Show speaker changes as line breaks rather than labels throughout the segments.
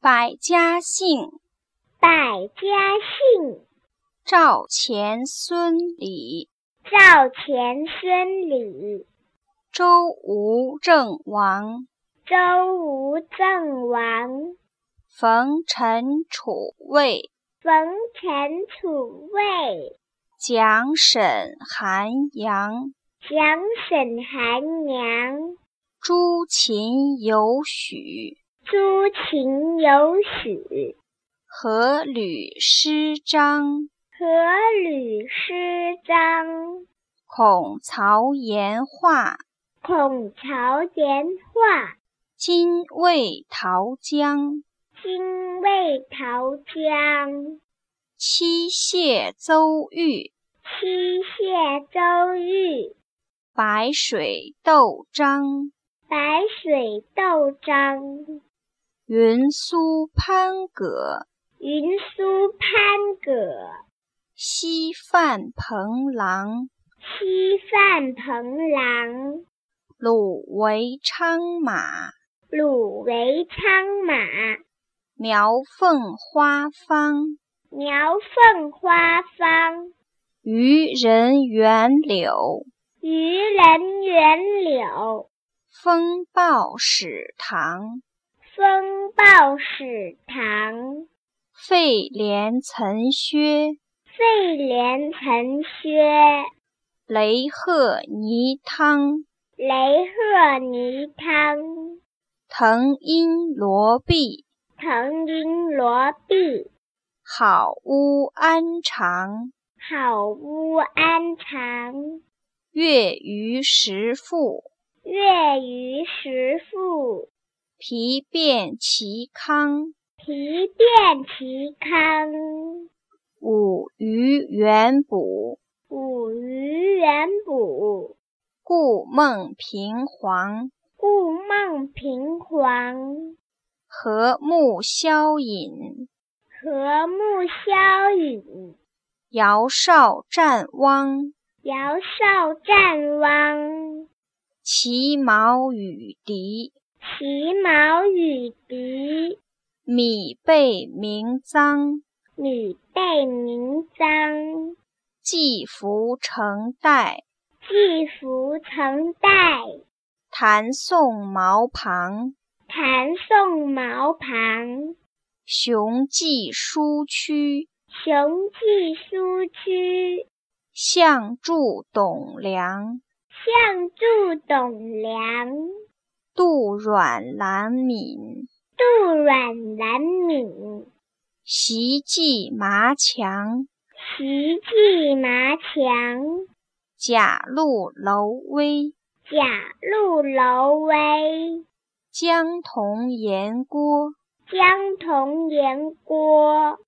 百家姓：
百家姓：
赵、钱、孙、李；
赵、钱、孙、李；
周、吴、郑、王；
周、吴、郑、王；
冯、陈、楚、卫；
冯、陈、楚、卫；
蒋、沈、韩、杨；
蒋、沈、韩、杨；
朱、秦、尤、许；
朱、秦、尤、许；
阖、吕、施、张；
阖、吕、施、张；
孔、曹、严、华；
孔、曹、严、华；
金、魏、陶、姜；
金、魏、陶、姜；
七、谢、邹、豫；
七、谢、邹、豫；
白水、斗、张；
白水、斗、张；
云苏、潘葛；
云苏、潘葛；
稀饭、彭郎；
稀饭、彭郎；
鲁为昌马；
鲁为昌马；
苗凤花方；
苗凤花方；
渔人袁柳；
渔人袁柳；
风暴史堂；
风暴史堂；
废廉岑薛；
废廉岑薛；
雷鹤泥汤；
雷鹤泥汤；
藤阴罗臂；
藤阴罗臂；
好屋安常；
好屋安常；
月余食赋；
月余食赋；
皮变其康；
皮变其康；
五鱼元补；
五鱼元补；
故梦平黄；
故梦平黄；
和睦消隐；
和睦消隐；
尧舜战汪；
尧舜战汪；
其毛与狄；
其毛与狄；
米被名臧；
米被名臧；
季服成带；
季服成带；
弹宋毛旁；
弹宋毛旁；
雄记舒曲；
雄记苏区；
象筑董梁；
象筑董梁；
杜阮兰敏；
杜阮南闽；
习记麻强；
徐记麻强；
贾陆楼威；
贾陆楼威；
江童盐郭；
江童盐郭；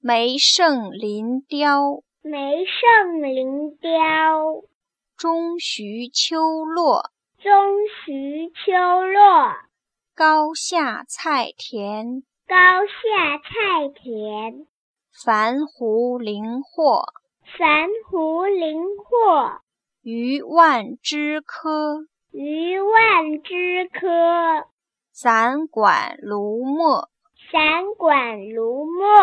梅胜林雕；
梅胜林雕；
钟徐秋落；
钟徐秋落；
高下菜田；
高下菜田；
繁湖林壑；
繁湖林壑；
鱼万枝柯；
鱼万枝柯；
散馆卢墨；
散馆卢墨。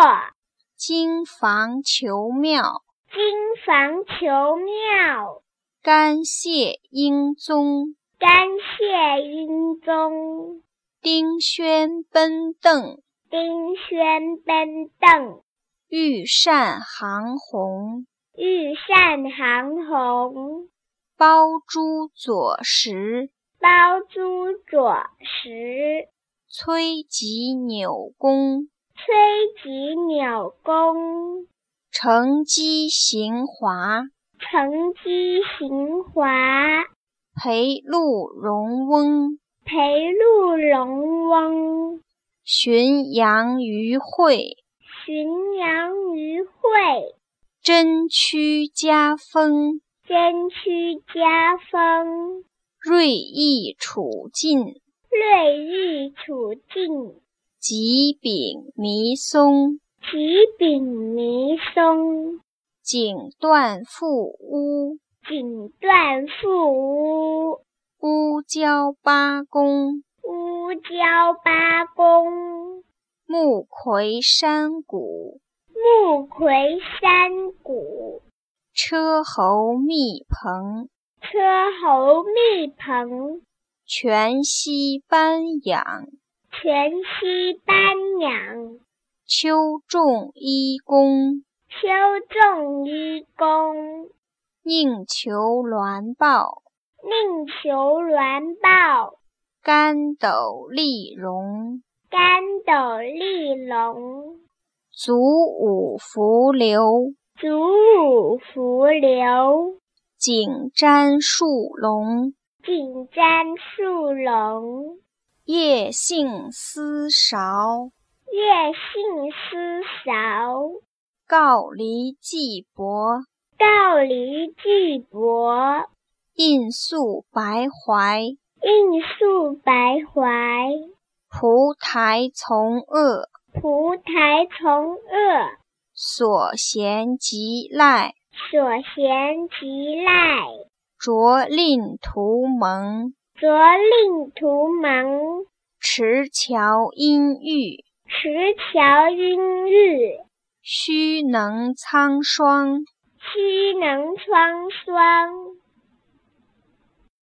经房求妙；
金房求妙，
干谢英宗；
干谢英宗。
丁轩奔邓；
丁轩奔邓，
玉扇行红；
玉扇行红。
包珠左石；
包珠左石，
崔吉钮弓；
崔吉钮弓。
乘机行华；
乘机行华，
裴鹿容翁；
裴鹿龙翁。
浔阳于会；
浔阳于会，
真曲家风；
真曲家风。
锐意处境；
瑞意处境，
极秉弥松；
其柄弥松。
锦缎覆屋。
锦缎覆屋，
乌蛟八公，
乌蛟八公，
木葵山谷，
木葵山谷，
车侯密蓬，
车侯密蓬，
泉溪班养，
泉溪班养，
秋仲一公，
秋仲一公，
宁求鸾报，
宁求鸾报，
甘斗丽容，
甘斗丽龙，
足舞扶流，
足舞扶流，
颈瞻树龙，
颈瞻树龙，
夜兴思韶，
夜兴思韶，
告离季伯，
告离巨帛，
印宿白槐，
应宿白槐。
蒲台从恶，
蒲台从恶，
所衔即赖，
所衔即赖。
着令图蒙，
着令图蒙，
持桥阴郁，
石桥阴日，
须能苍霜。
须能窗霜。